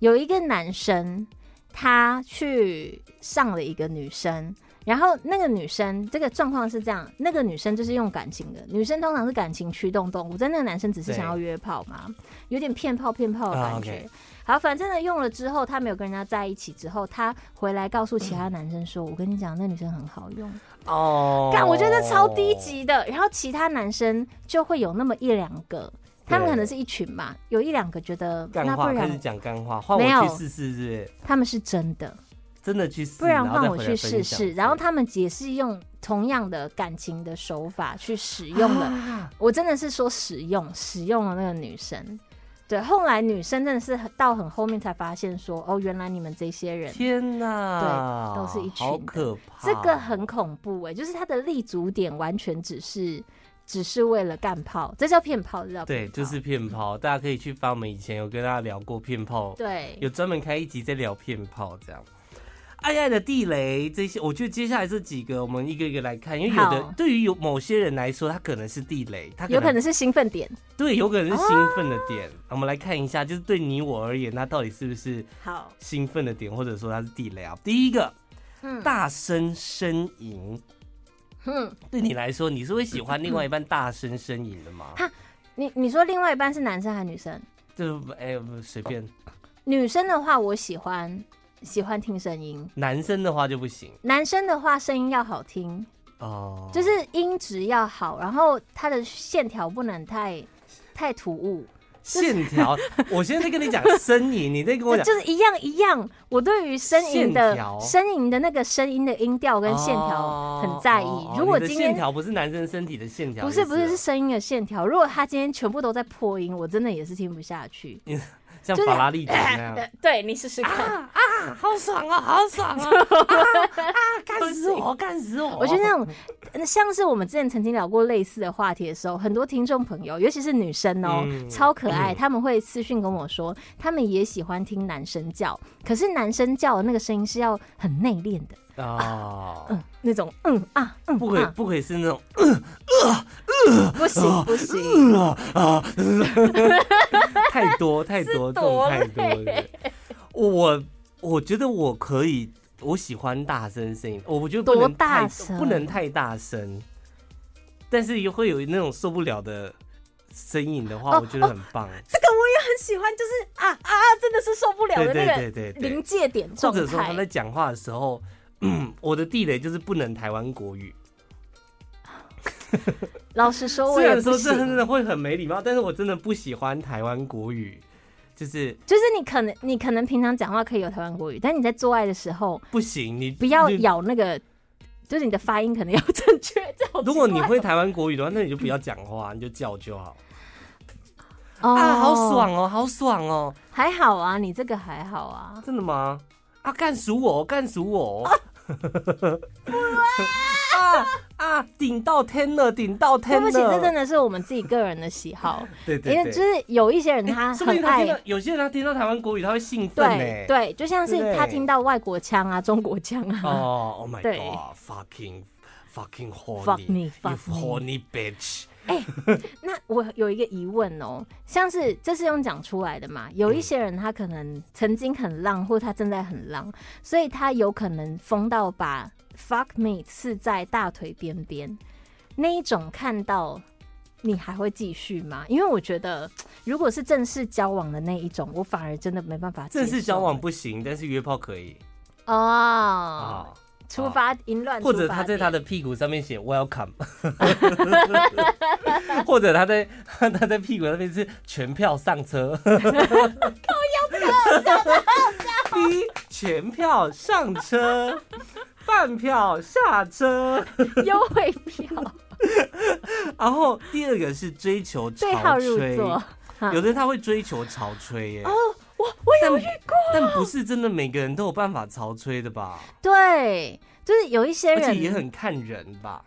B: 有一个男生，他去上了一个女生，然后那个女生这个状况是这样，那个女生就是用感情的，女生通常是感情驱动动物，但那个男生只是
A: 对
B: 想要约炮嘛，有点骗炮骗炮的
A: 啊
B: 感觉。
A: ，OK
B: 好，反正呢用了之后，他没有跟人家在一起之后，他回来告诉其他男生说：“我跟你讲，那女生很好用。”
A: 哦，
B: 干，我觉得超低。级的。然后其他男生就会有那么一两个，他们
A: 对
B: 可能是一群嘛，有一两个觉得
A: 干
B: 那不
A: 话开
B: 然
A: 始讲干话，换
B: 没
A: 我
B: 有
A: 去试试，是不是？
B: 他们是真的，
A: 真的去试，
B: 不然
A: 嗯后再
B: 换我
A: 回来
B: 去
A: 分
B: 试
A: 享
B: 试。然后他们也是用同样的感情的手法去使用了，
A: 啊
B: 我真的是说使用使用了那个女生。对，后来女生真的是很到很后面才发现说，哦，原来你们这些人。
A: 天哪，
B: 对都是一群
A: 好
B: 的
A: 可怕。
B: 这个很恐怖哎、就是他的立足点完全只是只是为了干炮，这叫骗炮，这叫骗
A: 对，
B: 炮
A: 就是骗炮，大家可以去翻我们以前有跟大家聊过骗炮
B: 对
A: 有专门开一集在聊骗炮这样。爱爱的地雷这些，我觉得接下来这几个我们一个一个来看，因为有的
B: 好
A: 对于有某些人来说，他可能是地雷，他
B: 有可能是兴奋点。
A: 对，有可能是兴奋的点。我们来看一下，就是对你我而言，他到底是不是
B: 好，
A: 兴奋的点，或者说他是地雷啊？第一个，
B: 嗯
A: 大声呻吟，
B: 嗯，
A: 对你来说，你是会喜欢另外一半大声呻吟的 吗？
B: 你你说另外一半是男生还是女生？
A: 就是哎，不随便，
B: 女生的话，我喜欢喜欢听声音；
A: 男生的话就不行
B: 男生的话，声音要好听，
A: 哦，
B: 就是音质要好，然后它的线条不能太太突兀，
A: 线 条。我现在在跟你讲呻吟，你在跟我
B: 就
A: 讲
B: 就是一样一样。我对于声音
A: 线
B: 的
A: 条
B: 声音的那个声音的音调跟线条很在意。
A: 哦哦哦
B: 如果
A: 你的
B: 今
A: 线
B: 天
A: 条不是男生身体的线条，
B: 不是不是
A: 就是啊
B: 声音的线条，如果他今天全部都在破音，我真的也是听不下去。
A: 像
B: 就是
A: 法拉利姐那样，
B: 对你试试看。
A: 好爽啊，好爽 啊！啊，干死我，干死我！
B: 我觉得那种，呃像是我们之前曾经聊过类似的话题的时候，很多听众朋友，尤其是女生哦、
A: 嗯
B: 超可爱，他们会私讯跟我说，他们也喜欢听男生叫，可是男生叫的那个声音是要很内敛 的，
A: 啊，
B: 嗯，那种嗯啊嗯
A: 不可以
B: 啊，
A: 不可以是那种
B: 不
A: 哦
B: 行不行，
A: 嗯太多太多这种太多了。我我觉得我可以，我喜欢大声声音，我我觉得不能
B: 多大
A: 太
B: 声
A: 不能太大声，但是也会有那种受不了的声音的话，
B: 哦
A: 我觉得很棒。
B: 这个我也很喜欢，就是啊啊，真的是受不了
A: 对
B: 的
A: 对
B: 那个
A: 对对对
B: 临界点
A: 或
B: 状
A: 者说他在
B: 态。
A: 讲话的时候， 我的地雷就是不能台湾国语。
B: 老实说，我
A: 虽
B: 也
A: 然
B: 不
A: 说这真
B: 行。
A: 的会很没礼貌，但是我真的不喜欢台湾国语，就是
B: 就是你可能你可能平常讲话可以有台湾国语，但你在做爱的时候
A: 不行，你
B: 不要
A: 你
B: 咬那个，就是你的发音可能要正确。这好奇怪
A: 如果你会台湾国语的话，那你就不要讲话，你就叫就好。
B: 哦
A: 啊，好，爽哦，好爽哦，
B: 还好啊，你这个还好啊。
A: 真的吗？啊，干死我，干死我！ 啊啊，顶到天了，顶到
B: 对
A: 天
B: 不
A: 了！
B: 起，这真的是我们自己个人的喜好，
A: 对 对
B: 因为就
A: 对。
B: 是有一些人他
A: 说不
B: 很
A: 定他
B: 爱
A: 听到有些人他听到台湾国语他会兴奋呢、
B: 对对，就像是他
A: 对
B: 听到外国腔啊、中国腔啊，
A: 哦，Oh my
B: 对
A: God，fucking fucking
B: Fuck me,
A: horny，you
B: fuck me
A: horny bitch！
B: 那我有一个疑问哦，像是这是用讲出来的嘛？
A: 嗯
B: 有一些人他可能曾经很浪，或他正在很浪，所以他有可能疯到把 fuck me 刺在大腿边边，那一种看到。你还会继续吗？因为我觉得，如果是正式交往的那一种，我反而真的没办法接受。
A: 正式交往不行，但是约炮可以
B: 哦，
A: 啊。
B: 出发淫乱，
A: 或者他在他的屁股上面写 welcome，或者他在他在屁股那边是全票上车，靠腰不要全票上车，半票下车。
B: 优惠票，
A: 然后第二个是追求潮
B: 对号入
A: 吹，
B: 座。哦
A: 有的人他会追求潮吹耶、
B: 我我有
A: 但但不是真的每个人都有办法潮吹的吧？
B: 对，就是有一些
A: 而且
B: 人
A: 也很看人吧。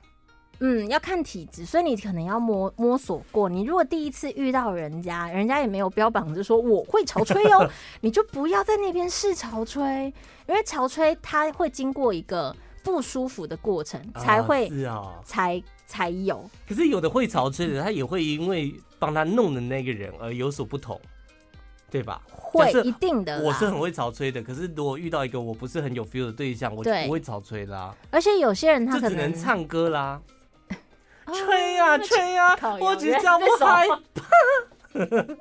B: 嗯，要看体质，所以你可能要摸摸索过。你如果第一次遇到人家，人家也没有标榜着说我会潮吹 哦，你就不要在那边试潮吹，因为潮吹它会经过一个不舒服的过程，才
A: 啊
B: 会、
A: 是啊，
B: 才才有。
A: 可是有的会潮吹的，他也会因为帮他弄的那个人而有所不同，对吧？
B: 会
A: 是
B: 一定的啦，
A: 我是很会潮吹的，可是如果遇到一个我不是很有 feel 的对象，我就
B: 对
A: 不会潮吹啦，
B: 而且有些人他
A: 就
B: 可
A: 只能唱歌 啦，
B: 啊
A: 吹啊吹啊
B: 靠，腰
A: 我只叫不嗨
B: 原来是这首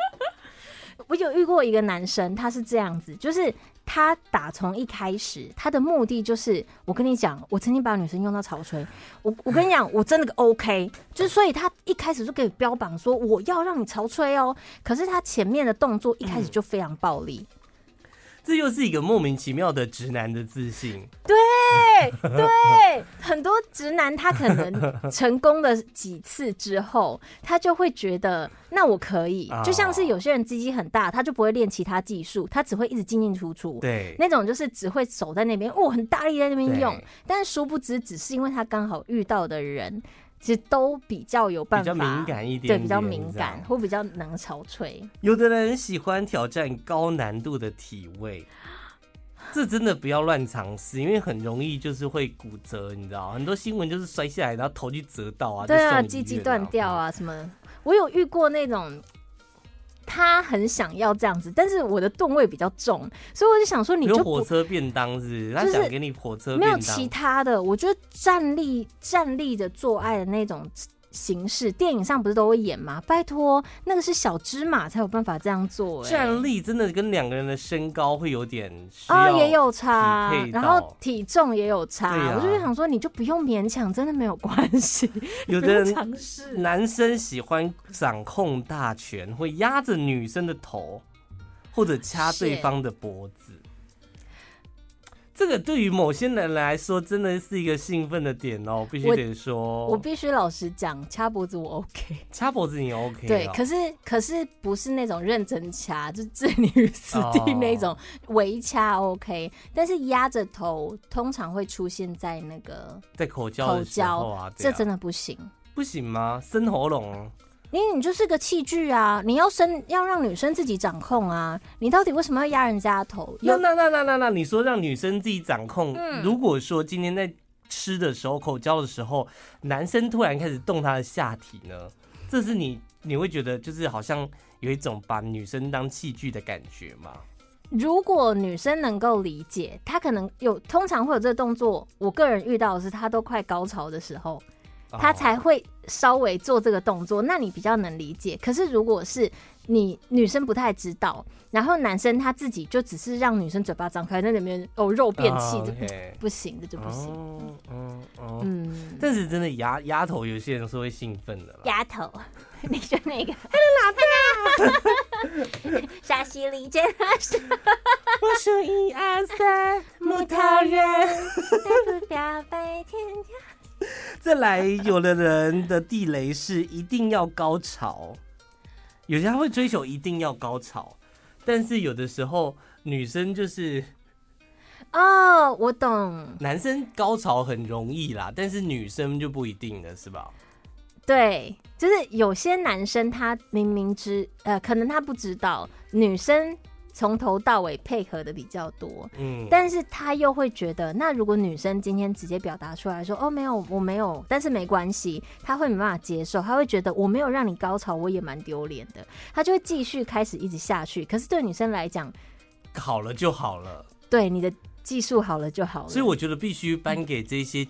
B: 我有遇过一个男生，他是这样子，就是他打从一开始，他的目的就是，我跟你讲，我曾经把女生用到潮吹，我我跟你讲，我真的 OK，就是所以他一开始就给你标榜说我要让你潮吹哦，可是他前面的动作一开始就非常暴力，
A: 这又是一个莫名其妙的直男的自信，
B: 对对，很多直男他可能成功了几次之后，他就会觉得那我可以
A: 啊，
B: 就像是有些人鸡鸡很大，他就不会练其他技术，他只会一直进进出出。
A: 对，
B: 那种就是只会守在那边，哦，很大力在那边
A: 对
B: 用，但是殊不知，只是因为他刚好遇到的人，其实都比较有办
A: 比
B: 法，
A: 较敏，感一点
B: 对，
A: 点
B: 比较敏
A: 这样
B: 感，或比较能潮吹。
A: 有的人喜欢挑战高难度的体位，这真的不要乱尝试，因为很容易就是会骨折，你知道，很多新闻就是摔下来，然后头去折到啊，哦
B: 对啊，
A: 就送
B: 鸡
A: 医
B: 鸡
A: 院
B: 断掉。啊，什么？我有遇过那种。他很想要这样子，但是我的吨位比较重，所以我就想说，你
A: 比如
B: 就
A: 火
B: 不
A: 车便当是不是，他
B: 就是
A: 想给你火车便
B: 没
A: 当，
B: 有其他的。我觉得站立站立着做爱的那种形式，电影上不是都会演吗？拜托，那个是小芝麻才有办法这样做、欸。
A: 站立真的跟两个人的身高会有点需
B: 啊、
A: 要，
B: 也有差
A: 匹配，
B: 然
A: 到
B: 后体重也有差，
A: 对啊
B: 我就是想说，你就不用勉强，真的没有关系，
A: 有
B: 不
A: 的
B: 用
A: 人
B: 尝试。
A: 男生喜欢掌控大权，会压着女生的头，或者掐对方的脖子。这个对于某些人来说，真的是一个兴奋的点哦，我必须
B: 我
A: 得说，
B: 我必须老实讲，掐脖子我 OK，
A: 掐脖子你 OK
B: 对，
A: 哦
B: 可是可是不是那种认真掐，就置你于死地
A: 哦
B: 那种围掐 OK，但是压着头通常会出现在那个，
A: 在口交的时候啊，对
B: 这
A: 啊
B: 真的不行，
A: 不行吗？伸喉咙，啊
B: 因为你就是个器具啊，你要生要让女生自己掌控啊，你到底为什么要压人家的头？
A: 那
B: 有
A: 那那那那那，你说让女生自己掌控，
B: 嗯
A: 如果说今天在吃的时候、口交的时候，男生突然开始动他的下体呢，这是你你会觉得就是好像有一种把女生当器具的感觉吗？
B: 如果女生能够理解，她可能有通常会有这个动作。我个人遇到的是，她都快高潮的时候，
A: 哦
B: 他才会稍微做这个动作，那你比较能理解。可是如果是你女生不太知道，然后男生他自己就只是让女生嘴巴张开，在那边哦肉变气，这、
A: OK
B: 不行，这就不行。
A: 哦哦哦，
B: 嗯，
A: 但是真的丫丫头有些人是会兴奋的啦。
B: 丫头， 你说那个 沙西里真的是
A: 我数一二三，木头人。
B: 不表白天天。
A: 再来，有的人的地雷是一定要高潮，有些他会追求一定要高潮，但是有的时候女生就是
B: 哦，我懂，
A: 男生高潮很容易啦，但是女生就不一定了，是吧？
B: 对，就是有些男生他明明知，呃，可能他不知道，女生从头到尾配合的比较多，
A: 嗯，
B: 但是他又会觉得，那如果女生今天直接表达出来说，哦，没有，我没有，但是没关系，他会没办法接受，他会觉得我没有让你高潮，我也蛮丢脸的，他就会继续开始一直下去。可是对女生来讲，
A: 好了就好了。
B: 对你的技术好了就好了，
A: 所以我觉得必须颁给这些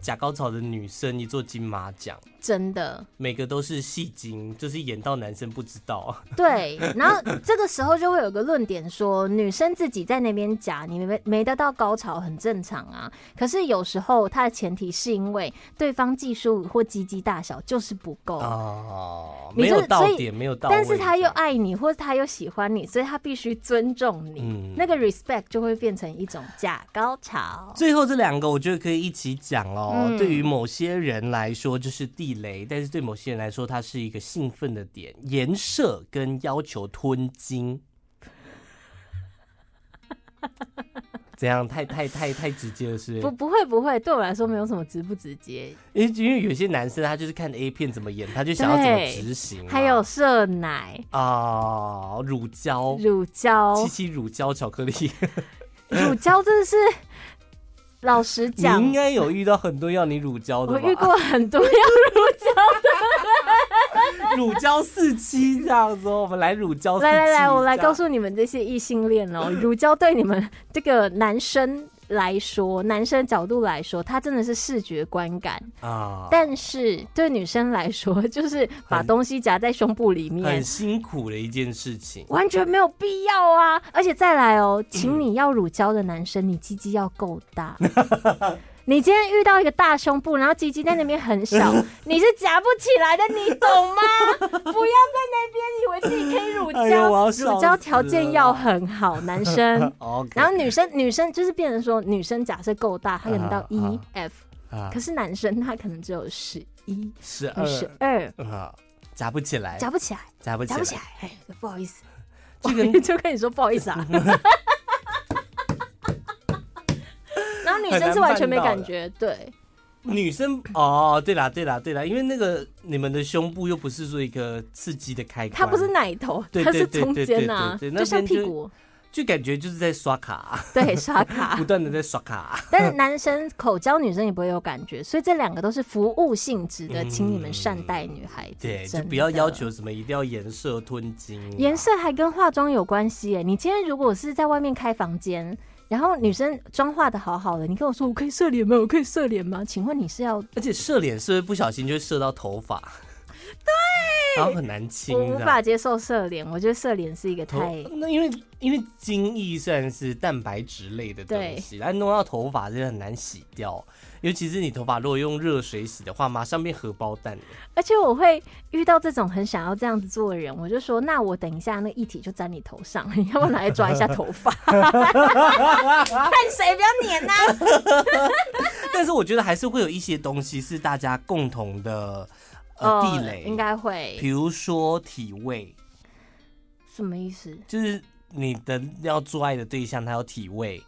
A: 假高潮的女生一座金马奖，
B: 真的
A: 每个都是戏精，就是演到男生不知道。
B: 对。然后这个时候就会有个论点说，女生自己在那边夹，你没没得到高潮很正常啊。可是有时候它的前提是因为对方技术或鸡鸡大小就是不够。
A: 啊哦，
B: 你
A: 没
B: 就是
A: 有到
B: 所以
A: 点，没有到位，
B: 但是他又爱你，或者他又喜欢你，所以他必须尊重你。
A: 嗯
B: 那个 respect 就会变成一种假高潮。
A: 最后这两个，我觉得可以一起讲哦。
B: 嗯
A: 对于某些人来说，这是地雷；但是对某些人来说，它是一个兴奋的点。颜色跟要求吞金， 怎样？太太太太直接了，是不
B: 不，
A: 是？
B: 不会，不会，对我来说没有什么直不直接，
A: 因为因为有些男生他就是看 A 片怎么演，他就想要怎么执行嘛。
B: 还有射奶、
A: 啊，乳胶、
B: 乳胶，
A: 七七乳胶巧克力，
B: 乳胶真的是，老实
A: 你应
B: 讲，
A: 该有遇到很多要你乳胶的
B: 我
A: 吧？
B: 遇过很 多要乳胶。
A: 乳胶四七这样子哦，我们来乳胶四七。
B: 来来来，我来告
A: 诉。
B: 诉你们这些异性恋 哦，乳胶对你们这个男生来说，男生角度来说，它真的是视觉观感。
A: 啊，
B: 但是对女生来说，就是把
A: 很
B: 东西夹在胸部里面
A: 很，辛苦的一件事情。
B: 完全没有必要啊！而且再来哦，请你要乳胶的男生，你鸡鸡要够 大。你今天遇到一个大胸部，然后鸡鸡在那边 很小，你是夹不起来的，你懂吗？不要在那边以为自己可以乳
A: 哎呦我要
B: 胶，
A: 笑
B: 乳胶
A: 死
B: 条件
A: 了。
B: 要很好，男生
A: OK，
B: 然后女生，女生就是变成说，女生假设够大，她可能到
A: 啊
B: 一、
A: 啊
B: F，
A: 啊
B: 可是男生他可能只有十一、
A: 十二
B: 二十二，
A: 啊，夹不起来，
B: 夹不起来，
A: 夹不
B: 夹不起
A: 来
B: 来，，哎，不好意思，
A: 这个
B: 就跟你说不好意 思啊。然后女生是完全没感觉，对，
A: 女生哦，对啦对啦对啦，因为那个你们的胸部又不是说一个刺激的开关，
B: 它不是奶头，
A: 对
B: 它是
A: 对对
B: 中
A: 对
B: 间
A: 对
B: 啊，
A: 对对
B: 就像
A: 那边
B: 屁
A: 就
B: 股，
A: 就感觉就是在刷 卡，
B: 对，刷卡
A: 不。断的在刷卡。
B: 但是男生口交，女生也不会有感觉，所以这两个都是服务性质的，请你们善待女孩子，
A: 对，就
B: 真
A: 不要
B: 的
A: 要。求什么一定要颜色吞金啊，
B: 颜色还跟化妆有关系耶。你今天如果是在外面开房间，然后女生妆化的好好的，你跟我说我可以射脸吗？我可以射脸吗？请问你是要
A: 而且射脸是不是不小心就会射到头发？对，然后很难清
B: 我无
A: 的。
B: 法接受射脸，我觉得射脸是一个
A: 头
B: 太……
A: 那因为因为精液算是蛋白质类的东西，它弄到头发真的很难洗掉，尤其是你头发如果用热水洗的话，马上变荷包蛋了。
B: 而且我会遇到这种很想要这样子做的人，我就说，那我等一下那液体就沾你头上，你要不要拿来抓一下头发？ 看谁比较黏呐、
A: 但是我觉得还是会有一些东西是大家共同的呃
B: 哦，
A: 地雷，
B: 应该
A: 比
B: 会
A: 如说体味，
B: 什么意思？
A: 就是你的要做爱的对象他有体味，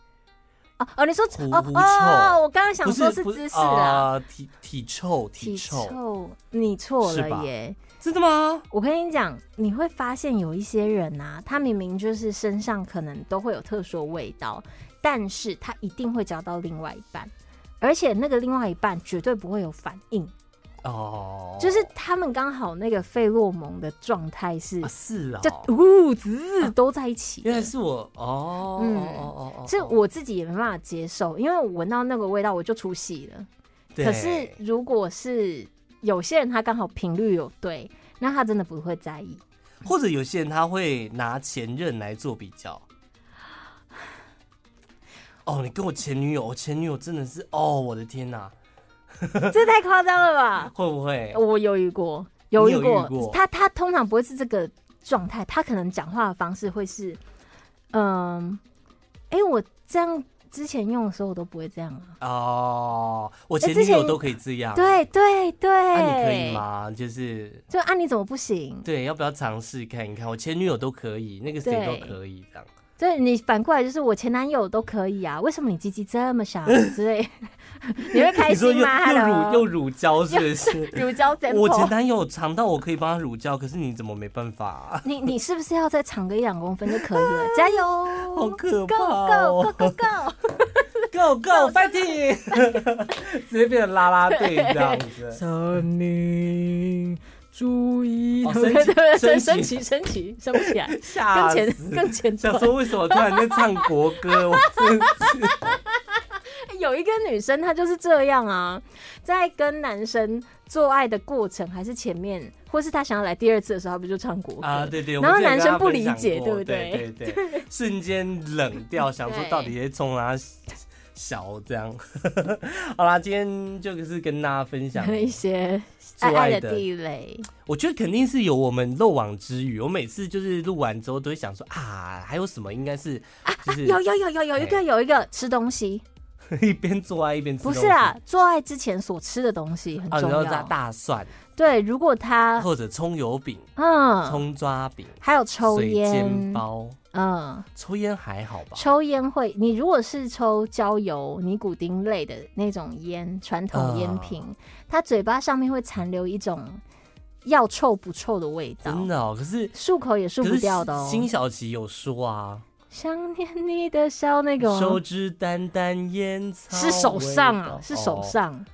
B: 哦哦，你说
A: 狐
B: 哦
A: 狐臭
B: 哦，我刚刚想
A: 不
B: 说
A: 是不
B: 姿势啊，
A: 呃体体臭体臭，
B: 你错
A: 是吧
B: 了耶！
A: 真的吗？
B: 我跟你讲，你会发现有一些人啊，他明明就是身上可能都会有特殊味道，但是他一定会交到另外一半，而且那个另外一半绝对不会有反应，
A: 哦，
B: 就是他们刚好那个费洛蒙的状态是
A: 啊，是啊、
B: 就呜滋都在一起的。
A: 原来是我哦，
B: 嗯
A: 哦哦哦哦，
B: 是我自己也没办法接受，因为我闻到那个味道我就出戏了。
A: 对
B: 可是如果是有些人他刚好频率有对，那他真的不会 在意。
A: 或者有些人他会拿前任来做比较。哦，你跟我前女友，我前女友真的是哦，我的天哪、
B: 这太夸张了吧？
A: 会不会？
B: 我有遇过，有遇
A: 你有遇过
B: 他他通常不会是这个状态，他可能讲话的方式会是，嗯，哎、我这样之前用的时候我都不会这样啊。
A: 哦，我
B: 哎
A: 前
B: 之
A: 女
B: 前
A: 友都可以这样，
B: 对对对，
A: 那、啊你可以？吗？就是
B: 就啊，你怎么不行？
A: 对，要不要尝试看一看？我前女友都可以，那个谁
B: 对
A: 都可以这样。
B: 对你反过来就是我前男友都可以啊，为什么你鸡鸡这么 小之类？你会开
A: 你说
B: 心
A: 又
B: 吗？
A: 又乳
B: Hello
A: 又乳胶是不 是？
B: 乳胶 sample，
A: 我前男友尝到我可以帮他乳胶，可是你怎么没办法啊、
B: 你你是不是要再长个一两公分就可以 了？加油
A: 好可怕
B: ！Go
A: 哦
B: go go go go！
A: ！Go go fighting，直 接变成啦啦队这样
B: 哦
A: 子。
B: 神灵注意
A: 哦
B: 对
A: 升旗
B: 对，
A: 升
B: 升
A: 旗
B: 升旗升旗升不起来，
A: 吓
B: 更
A: 死！
B: 前更前
A: 想
B: 段。
A: 说为什么突然间唱国歌？我真是
B: 有一个女生她就是这样啊，在跟男生做爱的过程，还是前面，或是她想要来第二次的时候，她不就唱国 歌？
A: 啊，对对，我
B: 然后
A: 之前
B: 男
A: 跟
B: 生
A: 他
B: 不
A: 分
B: 理
A: 享
B: 解
A: 过
B: 对不
A: 对？
B: 对
A: 对 对，瞬间冷掉，想说
B: 对
A: 到底在冲他小这样。 好啦，今天就是跟大家分 享
B: 一些
A: 做爱
B: 爱哎
A: 的
B: 爱的地雷，
A: 我觉得肯定是有我们漏网之鱼。我每次就是录完之后都会想说啊，还有什么应该是就是
B: 有有有有有一
A: 哎
B: 个有一个吃东西，
A: 一边做爱一边吃
B: 不
A: 东西
B: 是啊，做爱之前所吃的东西很
A: 啊，
B: 重
A: 然后加
B: 要。
A: 大蒜
B: 对，如果 他
A: 或者葱油饼、
B: 啊嗯，
A: 葱抓饼、
B: 还有抽
A: 水煎
B: 烟，
A: 包，
B: 嗯，
A: 抽烟还好吧？
B: 抽烟会，你如果是抽焦油、尼古丁类的那种烟，传统
A: 啊
B: 烟品，它嘴巴上面会残留一种要臭不臭的味道，
A: 真的哦，可是
B: 漱口也漱
A: 可
B: 不
A: 是
B: 掉的哦。
A: 辛晓琪有说啊，
B: 想念你的笑，那个
A: 手
B: 吗
A: 指淡淡烟草
B: 啊是手上
A: 味道
B: 啊，是手、
A: 哦
B: 上，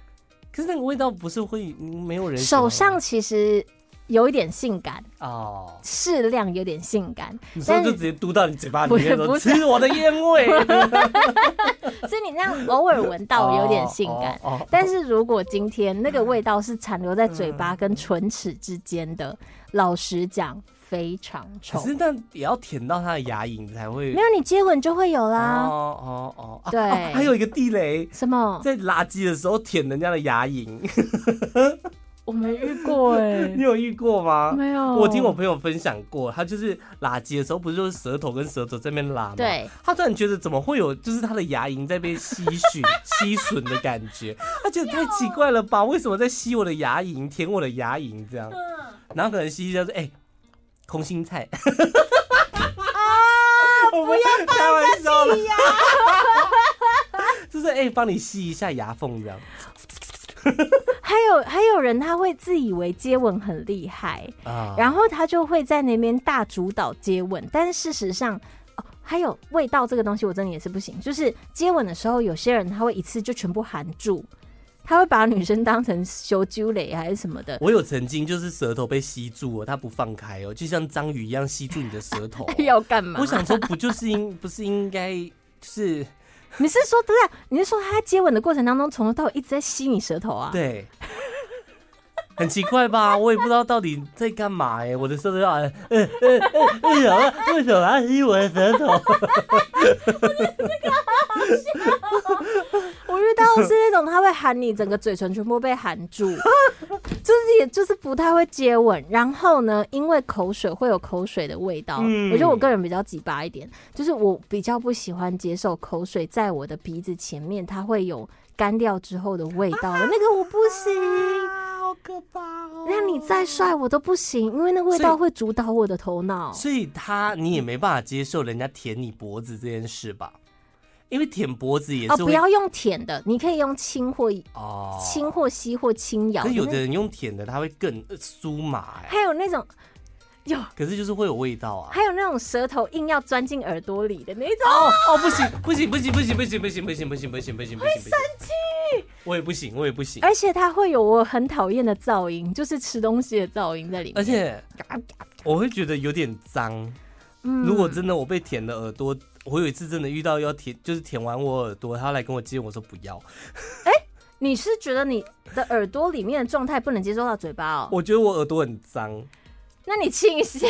A: 可是那个味道不是会没有人喜欢
B: 手上其实有一点性感，
A: 哦，
B: 适量有点性感，
A: 你说
B: 但
A: 就是直接嘟到你嘴巴里
B: 不是
A: 面说
B: 不是
A: 吃我的烟味，
B: 所以你 那样偶尔闻到有点性感。
A: 哦。哦哦
B: 但是如果今天那个味道是残留在嘴
A: 嗯
B: 巴跟唇齿之间的，老实讲非常
A: 可
B: 臭。
A: 是那也要舔到他的牙龈才会
B: 没有你接吻就会有啦。
A: 哦哦哦，啊
B: 对
A: 啊还有一个地雷，
B: 什么？
A: 在垃圾的时候舔人家的牙龈，
B: 我没遇过哎、
A: 你有遇过吗？
B: 没有。
A: 欸我听我朋友分享过，他就是垃圾的时候，不是就是舌头跟舌头这边拉吗？
B: 对，
A: 他突然觉得怎么会有，就是他的牙龈在被吸吮、 吸吮的感觉，他觉得太奇怪了吧？为什么在吸我的牙龈、舔我的牙龈这样？然后可能吸吸就说：“哎、空心菜。”
B: 啊
A: 我不要开玩笑了， 就是哎，帮、你吸一下牙缝这样。
B: 还有还有人他会自以为接吻很厉害，
A: 啊，
B: 然后他就会在那边大主导接吻，但是事实上。哦，还有味道这个东西，我真的也是不行。就是接吻的时候，有些人他会一次就全部含住，他会把女生当成修啾蕾还是什么的，
A: 我有曾经就是舌头被吸住了，它不放开哦，就像章鱼一样吸住你的舌头、哦
B: 要干嘛
A: 我？想说，不就是应 不是应该就是
B: 你是说不是？你是说他在接吻的过程当中，从头到尾一直在吸你舌头啊？
A: 对，很奇怪吧？我也不知道到底在干嘛哎、我的舌头要，呃呃呃，为什么为什么要吸我的舌头？
B: 我遇到的是那种他会喊你整个嘴唇全部被含住， 就是也就是不太会接吻。然后呢，因为口水会有口水的味道，
A: 嗯
B: 我觉得我个人比较鸡巴一点，就是我比较不喜欢接受口水在我的鼻子前面，它会有干掉之后的味道，那个我不行。
A: 啊，好可怕哦
B: 那你再帅我都不行，因为那味道会主导我的头脑。
A: 所以他你也没办法接受人家舔你脖子这件事吧？因为舔脖子也
B: 哦，
A: 是
B: 不
A: 会
B: 要用舔的，你可以用亲或
A: 哦
B: 轻哦或吸或轻咬
A: 可
B: 的
A: 是
B: 那，
A: 有的人用舔的，他会更呃酥麻哎、
B: 还有那种有
A: 可是就是会有味道啊。
B: 还有那种舌头硬要钻进耳朵里的那种，
A: 哦哦，不行不行不行不行不行不行不行不行不行不行不行！会生气，我也不行，我也不行。
B: 而且它会有我很讨厌的噪音，就是吃东西的噪音在里面。
A: 而且我会觉得有点脏。
B: 嗯，
A: 如果真的我被舔了耳朵，我有一次真的遇到要舔，就是舔完我耳朵，他来跟我接吻，我说不要。
B: 你是觉得你的耳朵里面的状态不能接受到嘴巴哦？
A: 我觉得我耳朵很脏，
B: 那你亲一下，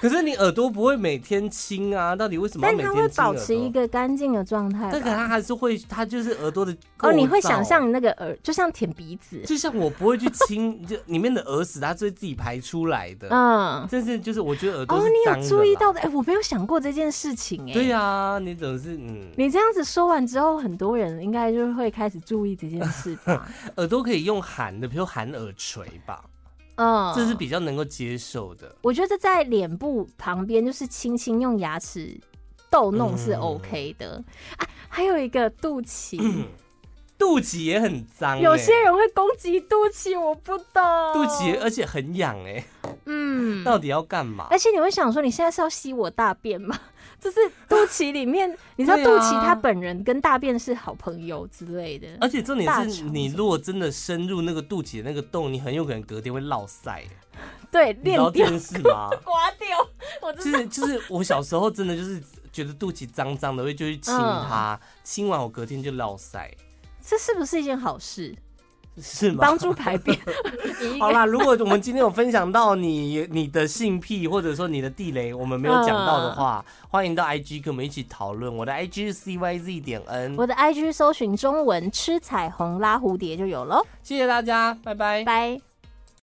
A: 可是你耳朵不会每天清啊？到底为什么要
B: 但
A: 每
B: 它
A: 天
B: 会
A: 清耳
B: 保持一
A: 朵？
B: 个干净的状态
A: 但可
B: 吧。
A: 它还是会，它就是耳朵的
B: 哦，你会
A: 构造
B: 想象你那个耳，就像舔鼻子，
A: 就像我不会去清，就里面的耳屎，它是会自己排出来的。
B: 嗯，
A: 但是就是我觉得耳朵
B: 哦，
A: 是
B: 你
A: 脏
B: 有
A: 的
B: 注意
A: 啦
B: 到的？哎、我没有想过这件事情、哎，
A: 对呀、你总是嗯，
B: 你这样子说完之后，很多人应该就会开始注意这件事吧？
A: 耳朵可以用喊的，比如喊耳垂吧，
B: 嗯，
A: 这是比较能够接受的。
B: 我觉得在脸部旁边，就是轻轻用牙齿逗弄是
A: 嗯
B: OK 的、啊。还有一个肚脐，
A: 嗯 肚脐也很脏欸、
B: 有些人会攻击肚脐，我不懂。
A: 肚脐，，呃而且很痒哎、
B: 嗯，
A: 到底要干嘛？
B: 而且你会想说，你现在是要吸我大便吗？ 就是肚脐里面，你知道
A: 对
B: 肚
A: 啊
B: 脐它本人跟大便是好朋友之类的。
A: 而且重
B: 大
A: 点是
B: 肠
A: 你如果真的深入那个肚脐的那个洞，你很有可能隔天会落塞，欸
B: 对，
A: 你知
B: 练
A: 道这
B: 掉、
A: 件事吗？
B: 刮掉，我
A: 就
B: 真的
A: 是就是我小时候真的就是觉得肚脐脏脏的，会就去亲
B: 嗯
A: 它，亲完我隔天就落塞，
B: 这是不是一件好事？
A: 是吗？
B: 帮助排便。 以 一个
A: 好啦，如果我们今天有分享到你你的性癖或者说你的地雷，我们没有讲到的话，欢迎到 IG 跟我们一起讨论。我的 IG 是 CYZ 点 N，
B: 我的 IG 搜寻中文“吃彩虹拉蝴蝶”就有喽，
A: 谢谢大家，拜拜。
B: 拜。